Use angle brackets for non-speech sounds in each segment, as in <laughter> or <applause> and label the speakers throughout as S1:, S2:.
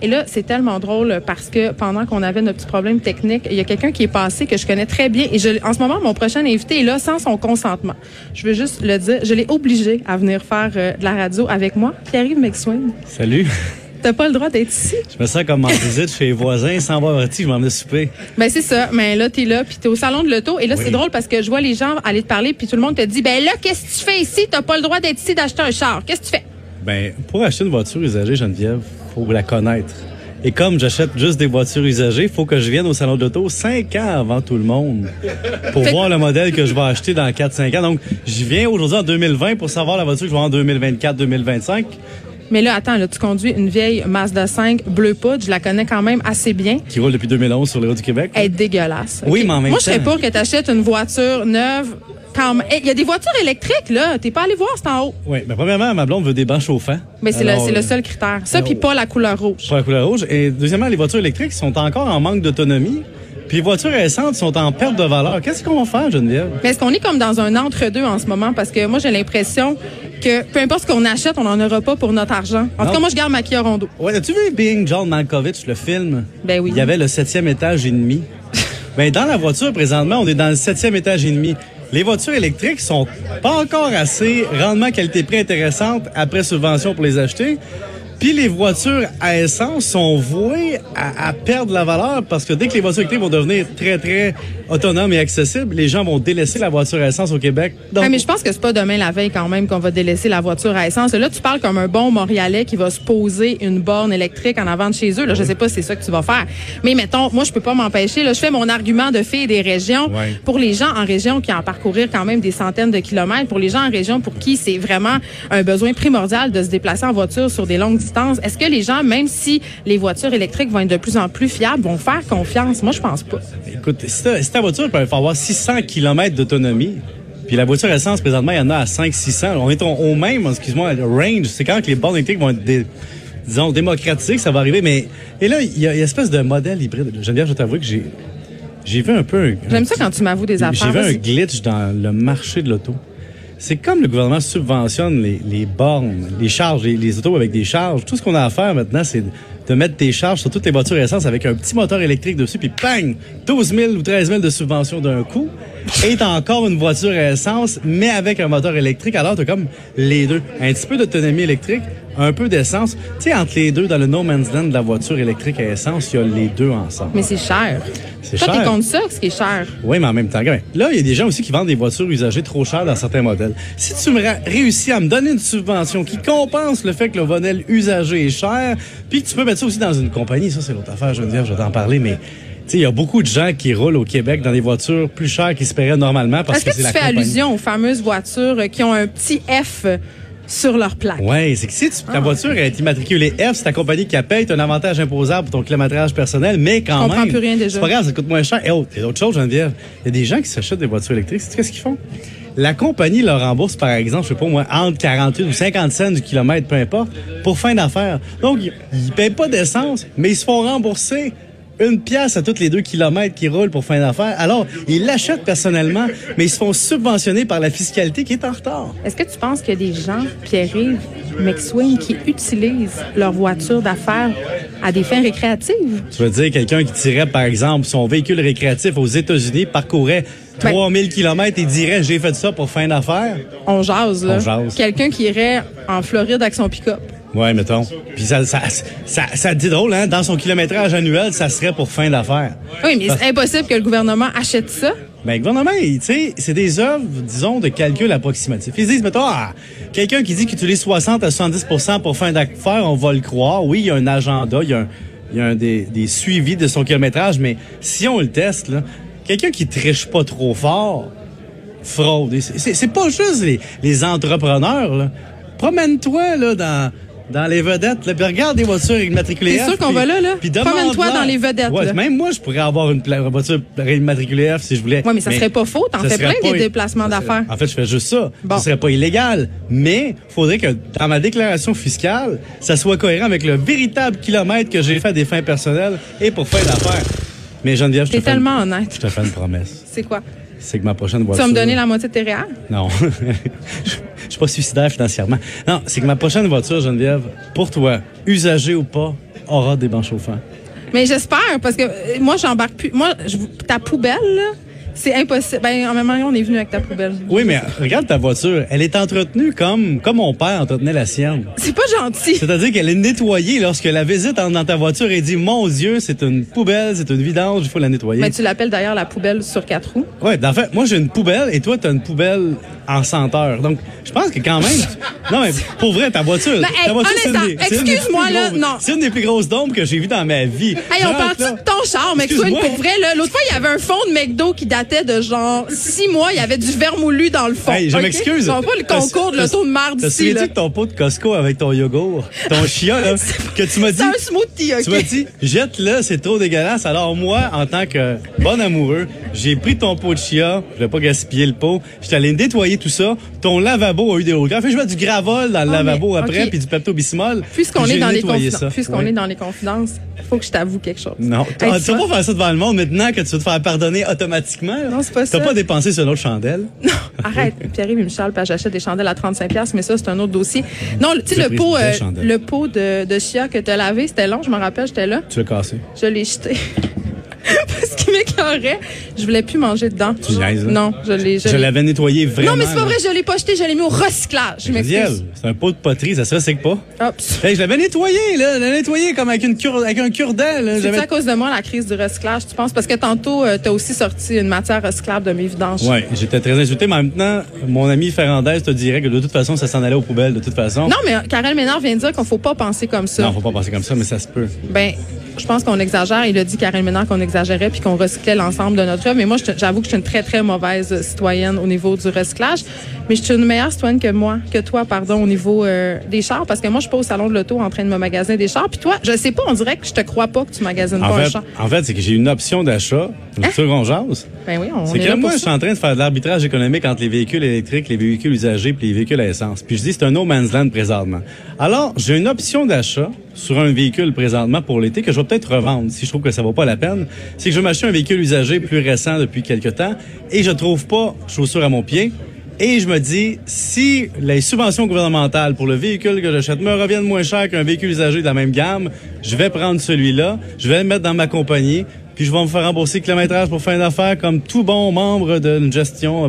S1: Et là, c'est tellement drôle parce que pendant qu'on avait notre petit problème technique, il y a quelqu'un qui est passé que je connais très bien. Et je, en ce moment, mon prochain invité est là sans son consentement. Je veux juste le dire, je l'ai obligé à venir faire euh, de la radio avec moi. Pierre-Yves McSween,
S2: Salut.
S1: t'as pas le droit d'être ici.
S2: Je me sens comme en visite chez les voisins sans avoir averti, je m'en ai soupé.
S1: Ben c'est ça. Mais là, t'es là, puis t'es au salon de l'auto. Et là, c'est
S2: Oui.
S1: drôle parce que je vois les gens aller te parler, puis tout le monde te dit, ben là, qu'est-ce que tu fais ici? T'as pas le droit d'être ici, d'acheter un char. Qu'est-ce que tu fais?
S2: Ben, pour acheter une voiture usagée, Geneviève, faut la connaître. Et comme j'achète juste des voitures usagées, faut que je vienne au salon d'auto cinq ans avant tout le monde pour voir le modèle que je vais acheter dans 4-5 ans. Donc, je viens aujourd'hui en 2020 pour savoir la voiture que je vais avoir en 2024-2025.
S1: Mais là, attends, là, tu conduis une vieille Mazda 5 bleu poudre. Je la connais quand même assez bien.
S2: qui roule depuis 2011 sur les routes du Québec.
S1: Elle est dégueulasse.
S2: Oui,
S1: OK?
S2: mais en même
S1: Moi, je serais
S2: temps-
S1: pour que tu achètes une voiture neuve. Quand même. Hey, Il y a des voitures électriques, là. T'es pas allé voir, c'est en haut.
S2: Oui, ben premièrement, ma blonde veut des bancs chauffants.
S1: Mais c'est le,
S2: Alors,
S1: c'est le
S2: euh,
S1: seul critère. Ça, puis pas la couleur rouge.
S2: pour la couleur rouge. Et deuxièmement, les voitures électriques sont encore en manque d'autonomie. Puis les voitures récentes sont en perte de valeur. Qu'est-ce qu'on va faire, Geneviève?
S1: Mais est-ce qu'on est comme dans un entre-deux en ce moment? Parce que moi, j'ai l'impression que peu importe ce qu'on achète, on n'en aura pas pour notre argent. En tout
S2: Non.
S1: cas, moi, je garde ma Kia Rondo.
S2: Ouais, as-tu vu Being John Malkovich, le film?
S1: Ben oui.
S2: Il y avait le septième étage et demi. ben, dans la voiture, présentement, on est dans le septième étage et demi. Les voitures électriques sont pas encore assez rendement qualité-prix intéressante après subvention pour les acheter. Puis les voitures à essence sont vouées à, à perdre la valeur parce que dès que les voitures électriques vont devenir très, très autonomes et accessibles, les gens vont délaisser la voiture à essence au Québec. Donc,
S1: Ah, mais je pense que c'est pas demain la veille quand même qu'on va délaisser la voiture à essence. Là, tu parles comme un bon Montréalais qui va se poser une borne électrique en avant de chez eux. Là, je sais pas si c'est ça que tu vas faire. Mais mettons, moi, je peux pas m'empêcher. Là, je fais mon argument de fille des régions.
S2: Ouais.
S1: Pour les gens en région qui ont à parcourir quand même des centaines de kilomètres, pour les gens en région pour qui c'est vraiment un besoin primordial de se déplacer en voiture sur des longues distances, est-ce que les gens, même si les voitures électriques vont être de plus en plus fiables, vont faire confiance? Moi, je pense pas.
S2: Écoute, si ta, si ta voiture peut avoir 600 km d'autonomie, puis la voiture essence, présentement, il y en a à 500-600. On est au, au même, excuse-moi, le range. C'est quand que les bornes électriques vont être, dé- disons, démocratiques, ça va arriver. Mais Et là, il y a une espèce de modèle hybride. Geneviève, je t'avoue que j'ai j'ai vu un peu... un-
S1: J'aime ça quand tu m'avoues des
S2: j'ai
S1: affaires.
S2: vu un
S1: Vas-y.
S2: glitch dans le marché de l'auto. C'est comme le gouvernement subventionne les, les bornes, les charges, les, les autos avec des charges. Tout ce qu'on a à faire maintenant, c'est de mettre des charges sur toutes les voitures essence avec un petit moteur électrique dessus, puis bang! 12 000 ou 13 000 de subvention d'un coup. Et t'as encore une voiture à essence, mais avec un moteur électrique. Alors, t'as comme les deux. Un petit peu d'autonomie électrique, un peu d'essence. Tu sais, entre les deux, dans le no man's land de la voiture électrique à essence, il y a les deux ensemble.
S1: Mais c'est cher.
S2: C'est
S1: Toi, t'es
S2: cher.
S1: contre ça, ce qui est cher.
S2: Oui, mais en même temps, quand même. là, il y a des gens aussi qui vendent des voitures usagées trop chères dans certains modèles. Si tu me ra- réussis à me donner une subvention qui compense le fait que le modèle usagé est cher, puis que tu peux mettre ça aussi dans une compagnie, ça c'est l'autre affaire, Geneviève, je vais t'en parler, mais tu sais, il y a beaucoup de gens qui roulent au Québec dans des voitures plus chères qu'ils se paieraient normalement parce
S1: Est-ce que,
S2: c'est
S1: tu
S2: la
S1: fais
S2: compagnie.
S1: allusion aux fameuses voitures euh, qui ont un petit F euh, sur leur plaque?
S2: Oui, c'est que si
S1: Ah.
S2: tu- ta voiture est immatriculée F, c'est ta compagnie qui la paye, t'as un avantage imposable pour ton kilométrage personnel, mais quand
S1: Je comprends
S2: même.
S1: plus rien déjà.
S2: C'est pas grave, ça coûte moins cher. Et autre, et autre chose, Geneviève, il y a des gens qui s'achètent des voitures électriques. Tu sais ce qu'ils font? La compagnie leur rembourse, par exemple, je sais pas moi, entre 48 ou 50 cents du kilomètre, peu importe, pour fin d'affaires. Donc, ils- ils payent pas d'essence, mais ils se font rembourser une pièce à toutes les deux kilomètres qui roulent pour fin d'affaires. Alors, ils l'achètent personnellement, mais ils se font subventionner par la fiscalité qui est en retard.
S1: Est-ce que tu penses qu'il y a des gens, Pierre-Yves, McSween, qui utilisent leur voiture d'affaires à des fins récréatives?
S2: Tu veux dire quelqu'un qui tirait, par exemple, son véhicule récréatif aux États-Unis, parcourait
S1: Ben-
S2: 3000 km et dirait j'ai fait ça pour fin d'affaires?
S1: On jase, là.
S2: On jase.
S1: Quelqu'un qui irait en Floride avec son pick-up.
S2: Ouais, mettons. Puis ça, ça, ça, ça dit drôle, hein? Dans son kilométrage annuel, ça serait pour fin d'affaires.
S1: Oui, mais
S2: <laughs>
S1: c'est impossible que le gouvernement achète ça.
S2: Mais le Ben, gouvernement, il- tu sais, c'est des œuvres, disons, de calcul approximatif. Ils disent, mettons, ah, quelqu'un qui dit qu'il utilise 60 à 70 pour fin d'affaires, on va le croire. Oui, il y a un agenda, il y a, un, il y a un des, des suivis de son kilométrage, mais si on le teste, là, quelqu'un qui triche pas trop fort, fraude. Et c'est- C'est c'est pas juste les, les entrepreneurs, là. Promène-toi, là, dans... Dans les vedettes, là, puis regarde des voitures immatriculées.
S1: T'es sûr
S2: F,
S1: qu'on
S2: puis-
S1: va là, là?
S2: puis demande-leur.
S1: Promène-toi dans les vedettes,
S2: Ouais,
S1: là.
S2: même moi, je pourrais avoir une pla- voiture immatriculée F si je voulais.
S1: Oui, mais ça serait pas faux. T'en
S2: ça
S1: fais
S2: serait
S1: plein
S2: pas-
S1: des déplacements d'affaires.
S2: En fait, je fais juste ça.
S1: Bon.
S2: Ce serait pas illégal, mais faudrait que dans ma déclaration fiscale, ça soit cohérent avec le véritable kilomètre que j'ai fait à des fins personnelles et pour faire d'affaires. Mais Geneviève, je te
S1: T'es
S2: fais une-
S1: tellement
S2: je
S1: honnête.
S2: te fais une promesse.
S1: C'est quoi?
S2: C'est que ma prochaine
S1: Tu
S2: voiture.
S1: vas me donner la moitié de tes réels?
S2: Non. <laughs> je je suis pas suicidaire financièrement. Non, c'est que ma prochaine voiture, Geneviève, pour toi, usagée ou pas, aura des bancs chauffants.
S1: Mais j'espère, parce que euh, moi, j'embarque plus. Moi, je, ta poubelle, là, c'est impossible. Ben, en même temps, on est venu avec ta poubelle.
S2: Oui, mais regarde ta voiture. Elle est entretenue comme, comme mon père entretenait la sienne.
S1: C'est pas gentil.
S2: C'est-à-dire qu'elle est nettoyée lorsque la visite entre dans ta voiture et dit Mon Dieu, c'est une poubelle, c'est une vidange, il faut la nettoyer.
S1: Mais tu l'appelles d'ailleurs la poubelle sur quatre roues.
S2: Ouais, en fait, moi j'ai une poubelle et toi t'as une poubelle en senteur. Donc, je pense que quand même. non, mais pour vrai, ta voiture.
S1: Ben, hey,
S2: ta voiture,
S1: un
S2: c'est une
S1: instant,
S2: des- c'est une des
S1: excuse-moi,
S2: plus
S1: là,
S2: grosses-
S1: non.
S2: C'est une des plus grosses dombes que j'ai vues dans ma vie.
S1: Hey, on
S2: Rentre,
S1: parle-tu
S2: là.
S1: de ton char, McSween,
S2: Excuse-moi.
S1: pour vrai, là? L'autre fois, il y avait un fond de McDo qui datait de genre six mois. Il y avait du vermoulu dans le fond.
S2: Hey, je
S1: OK?
S2: m'excuse.
S1: On va pas le
S2: T'as-
S1: concours de
S2: t'as-
S1: l'auto de mardi
S2: T'as
S1: ici, là.
S2: souviens-tu de ton pot de Costco avec ton yogourt, ton chia, là, que tu m'as dit.
S1: <laughs> C'est un smoothie, OK?
S2: Tu m'as dit, jette-le, c'est trop dégueulasse. Alors moi, en tant que bon amoureux, j'ai pris ton pot de chia, je vais pas gaspiller le pot, je suis allé nettoyer tout ça. Ton lavabo a eu des hauts graphes. Je mets du gravol dans le
S1: Ah,
S2: lavabo
S1: mais,
S2: après,
S1: ok.
S2: puis du pepto-bismol.
S1: Puisqu'on
S2: J'ai
S1: est dans les
S2: nettoyé ça.
S1: confidences, puisqu'on
S2: Ouais.
S1: est dans les confidences, faut que je t'avoue quelque chose.
S2: Non,
S1: Hey,
S2: Ah, tu
S1: tu
S2: vas
S1: vois-
S2: pas faire ça devant le monde maintenant que tu vas te faire pardonner automatiquement. là?
S1: Non, c'est pas ça.
S2: T'as pas dépensé sur une autre chandelle.
S1: Arrête, Pierre-Yves et Michel, parce que j'achète des chandelles à 35$, mais ça, c'est un autre dossier. Non, le- tu
S2: J'ai
S1: sais, le
S2: pris
S1: pot,
S2: une belle
S1: euh,
S2: chandelle.
S1: le pot de, de chia que t'as lavé, c'était long, je me rappelle, j'étais là.
S2: Tu l'as cassé.
S1: Je l'ai jeté. <laughs> Parce qu'il m'écœurait. Je voulais plus manger dedans.
S2: Tu niaises, là.
S1: Non, je l'ai.
S2: Je
S1: l'ai-
S2: l'avais nettoyé vraiment.
S1: Non, mais c'est pas
S2: là.
S1: vrai, je l'ai pas jeté, je l'ai mis au recyclage. Je m'excuse.
S2: Daniel, C'est un pot de poterie, ça se recycle pas.
S1: Hop. C'est
S2: Hey, je l'avais nettoyé, là. Je l'avais nettoyé comme avec, une cure, avec un cure-dent, là. J'avais-
S1: à cause de moi, la crise du recyclage, tu penses? Parce que tantôt, euh, t'as aussi sorti une matière recyclable de mes vidanges.
S2: Ouais, j'étais très insulté, mais en même temps, mon ami Ferrandez te dirait que de toute façon, ça s'en allait aux poubelles, de toute façon.
S1: Non, mais euh, Karel Ménard vient de dire qu'on faut pas penser comme ça.
S2: Non, faut pas penser comme ça, mais ça se peut.
S1: Ben, je pense qu'on exagère. Il a dit, Karel Ménard, qu'on exagérait puis qu'on recyclait l'ensemble de notre œuvre. Mais moi, je te- j'avoue que je suis une très, très mauvaise euh, citoyenne au niveau du recyclage. Mais je suis une meilleure citoyenne que moi, que toi, pardon, au niveau euh, des chars. Parce que moi, je suis pas au salon de l'auto en train de me magasiner des chars. Puis toi, je sais pas, on dirait que je te crois pas que tu magasines
S2: En
S1: pas un
S2: fait,
S1: char.
S2: en fait c'est que j'ai une option d'achat, une sûr qu'on jase.
S1: Ben oui, on
S2: C'est
S1: est,
S2: que
S1: là
S2: là, moi,
S1: pour
S2: je suis
S1: ça.
S2: en train de faire de l'arbitrage économique entre les véhicules électriques, les véhicules usagés puis les véhicules à essence. Puis je dis, c'est un no man's land présentement. Alors, j'ai une option d'achat sur un véhicule présentement pour l'été que je vais peut-être revendre si je trouve que ça vaut pas la peine. C'est que je vais m'acheter un véhicule usagé plus récent depuis quelque temps et je trouve pas chaussures à mon pied. Et je me dis, si les subventions gouvernementales pour le véhicule que j'achète me reviennent moins cher qu'un véhicule usagé de la même gamme, je vais prendre celui-là, je vais le mettre dans ma compagnie, puis je vais me faire rembourser le kilométrage pour faire une affaire comme tout bon membre d'une gestion euh,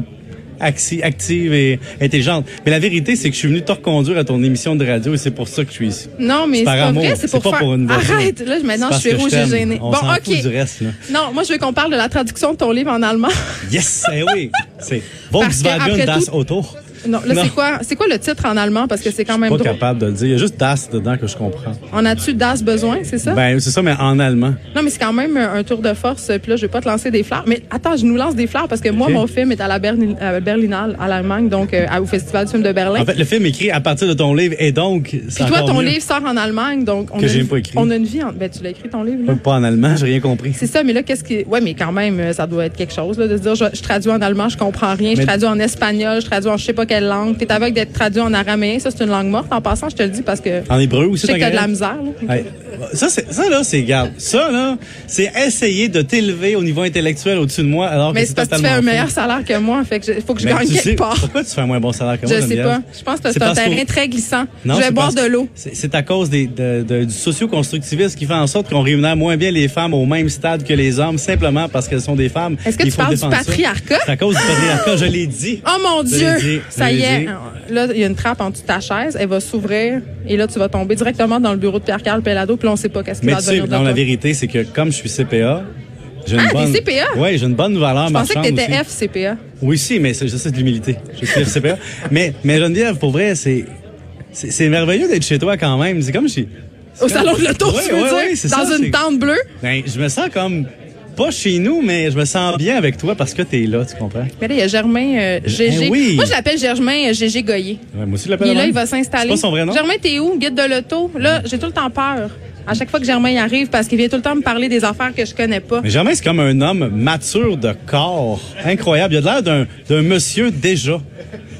S2: axi- active et intelligente. Mais la vérité, c'est que je suis venu te reconduire à ton émission de radio et c'est pour ça que je suis ici.
S1: Non, mais c'est
S2: par
S1: pas
S2: amour,
S1: vrai, c'est
S2: c'est
S1: pour
S2: pas
S1: faire.
S2: pour une voiture.
S1: Arrête, là, maintenant,
S2: C'est
S1: je suis
S2: parce que
S1: rouge
S2: je
S1: et
S2: t'aime.
S1: gênée.
S2: On
S1: bon,
S2: s'en
S1: ok.
S2: fout du reste, là.
S1: Non, moi, je veux qu'on parle de la traduction de ton livre en allemand. <laughs>
S2: Yes, eh oui, c'est
S1: Parce que,
S2: Volkswagen
S1: après
S2: Das
S1: tout-
S2: Auto.
S1: Non, là,
S2: Non.
S1: c'est quoi, c'est quoi le titre en allemand? Parce que c'est quand même
S2: Pas
S1: drôle.
S2: capable de le dire. Il y a juste Das dedans que je comprends.
S1: On a-tu d'as besoin, c'est ça?
S2: Ben, c'est ça, mais en allemand.
S1: non, mais c'est quand même un un tour de force. euh, Puis là, je vais pas te lancer des fleurs. Mais attends, je nous lance des fleurs parce que moi,
S2: Ok.
S1: mon film est à la Berni- à Berlinale, à l'Allemagne, donc euh, au Festival du film de Berlin.
S2: En fait, le film est écrit à partir de ton livre et donc.
S1: Puis toi, ton livre sort en Allemagne, donc on,
S2: Que
S1: a,
S2: j'ai
S1: une,
S2: pas écrit.
S1: on a une vie. En... Ben, tu l'as écrit ton livre, là?
S2: Euh, Pas en allemand, j'ai rien compris.
S1: C'est ça, mais là, qu'est-ce qui. Ouais, mais quand même, euh, ça doit être quelque chose, là, de se dire, je, je traduis en allemand, je comprends rien, je
S2: Mais-
S1: traduis en espagnol, je traduis en je sais pas quelle langue. T'es aveugle d'être traduit en araméen, ça, c'est une langue morte. En passant, je te le dis parce que.
S2: En hébreu aussi,
S1: Je sais que
S2: t'en
S1: t'as de la
S2: grec?
S1: misère, là.
S2: Ouais. Ça, c'est, ça, là, c'est, garde. Ça, là, c'est essayer de t'élever au niveau intellectuel au-dessus de moi, alors
S1: Mais
S2: que
S1: c'est parce que tu fais un meilleur salaire que moi, fait que je- faut que je gagne
S2: tu
S1: quelque
S2: sais,
S1: part.
S2: Pourquoi tu fais un moins bon salaire que moi,
S1: Je sais
S2: Geneviève?
S1: pas. Je pense que c'est un
S2: parce
S1: terrain
S2: qu'au-
S1: très glissant.
S2: Non,
S1: je vais
S2: c'est
S1: boire
S2: parce-
S1: de l'eau.
S2: C'est c'est à cause des, de- de- du socio-constructivisme qui fait en sorte qu'on rémunère moins bien les femmes au même stade que les hommes, simplement parce qu'elles sont des femmes.
S1: Est-ce que
S2: Il
S1: tu
S2: faut
S1: parles du
S2: défendre ça.
S1: patriarcat?
S2: C'est à cause du patriarcat, je l'ai dit.
S1: Oh mon
S2: Je
S1: Dieu!
S2: l'ai dit, je
S1: ça y
S2: l'ai
S1: est.
S2: dit.
S1: Là, il y a une trappe en dessous de ta chaise. Elle va s'ouvrir. Et là, tu vas tomber directement dans le bureau de Pierre-Carl Pellado. Puis là, on sait pas qu'est-ce qui
S2: Mais
S1: va
S2: tu sais,
S1: devenir de
S2: non, la
S1: toi.
S2: vérité, c'est que comme je suis CPA, j'ai une
S1: Ah, t'es
S2: bonne.
S1: CPA?
S2: Oui, j'ai une bonne valeur
S1: Je pensais
S2: marchande.
S1: que t'étais
S2: aussi.
S1: FCPA.
S2: Oui, si, mais c'est, je sais, c'est de l'humilité. Je suis
S1: <laughs>
S2: FCPA. mais, mais Geneviève, pour vrai, c'est, c'est, c'est merveilleux d'être chez toi quand même. C'est comme si.
S1: Au salon de l'auto,
S2: Oui,
S1: tu veux
S2: oui,
S1: dire?
S2: oui, c'est
S1: dans
S2: ça,
S1: une
S2: c'est-
S1: tente bleue.
S2: Ben, je me sens comme. Pas chez nous, mais je me sens bien avec toi parce que t'es là, tu comprends?
S1: Mais là, il y a Germain euh, GG.
S2: Eh oui. Ben
S1: Moi, je l'appelle Germain euh, GG Goyer.
S2: Ouais, moi aussi, je l'appelle
S1: Il est là,
S2: avant.
S1: il va s'installer.
S2: C'est pas son vrai nom?
S1: Germain, t'es où? Guide de l'auto. Là, j'ai tout le temps peur. À chaque fois que Germain y arrive, parce qu'il vient tout le temps me parler des affaires que je connais pas.
S2: Mais Germain, c'est comme un homme mature de corps. Incroyable. Il a l'air d'un, d'un monsieur déjà.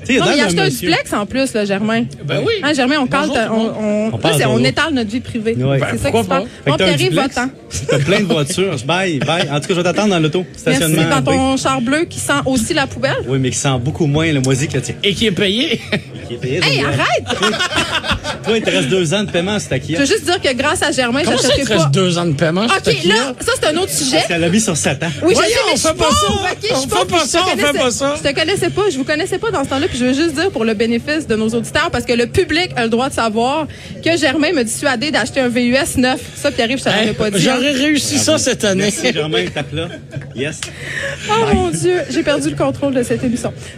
S2: Tu sais, il a
S1: Non, mais il a
S2: l'air
S1: acheté
S2: d'un
S1: un
S2: monsieur.
S1: duplex en plus, là, Germain.
S3: Ben oui.
S1: Hein, Germain, on,
S3: Bonjour
S1: cale-
S3: tout
S1: on,
S3: le monde.
S1: on,
S2: On
S1: là,
S2: parle
S1: c'est-
S2: de
S1: on
S2: l'autre.
S1: étale notre vie privée.
S2: Ouais. Ben,
S1: c'est ça qui
S3: pourquoi
S1: se passe.
S2: Fait
S1: Bon,
S2: que t'as un
S1: Pierre-Yves,
S2: duplex,
S1: va-t'en.
S2: T'as plein de voitures. Bye, bye. En tout cas, je vais t'attendre dans l'auto.
S1: Merci
S2: Stationnement.
S1: dans
S2: B.
S1: ton char bleu qui sent aussi la poubelle.
S2: Oui, mais qui sent beaucoup moins le moisi que le tien.
S3: Et qui est payé.
S2: qui était.
S1: Hey, hein? arrête!
S2: euh, Toi, il te reste deux ans de paiement, c'est à qui?
S1: Je veux juste dire que grâce à Germain,
S3: Comment ça, il
S1: j'achèterai
S3: te
S1: pas.
S3: reste deux ans de paiement? sur ta
S1: OK, là,
S3: Kia?
S1: ça, c'est un autre sujet.
S2: Ça l'a mis sur
S1: <laughs>
S2: Satan.
S1: Oui,
S3: Voyons,
S1: je
S3: on
S1: sais,
S3: fait
S1: mais
S3: pas ça.
S1: je suis pauvre, ok, je
S3: On
S1: suis
S3: fait
S1: pauvre,
S3: pas
S1: puis je
S3: ça,
S1: te
S3: on fait
S1: connaissais-
S3: pas ça.
S1: Je te connaissais pas, je vous connaissais pas dans ce temps-là, puis je veux juste dire pour le bénéfice de nos auditeurs, parce que le public a le droit de savoir que Germain m'a dissuadé d'acheter un VUS 9. Ça, Pierre-Yves, je t'avais
S3: Hey,
S1: pas dit.
S3: Hein?
S1: hein.
S3: J'aurais réussi ça cette année.
S2: Merci, Germain, tape là. Yes.
S1: Ah, Oh mon Dieu, j'ai perdu le contrôle de cette émission.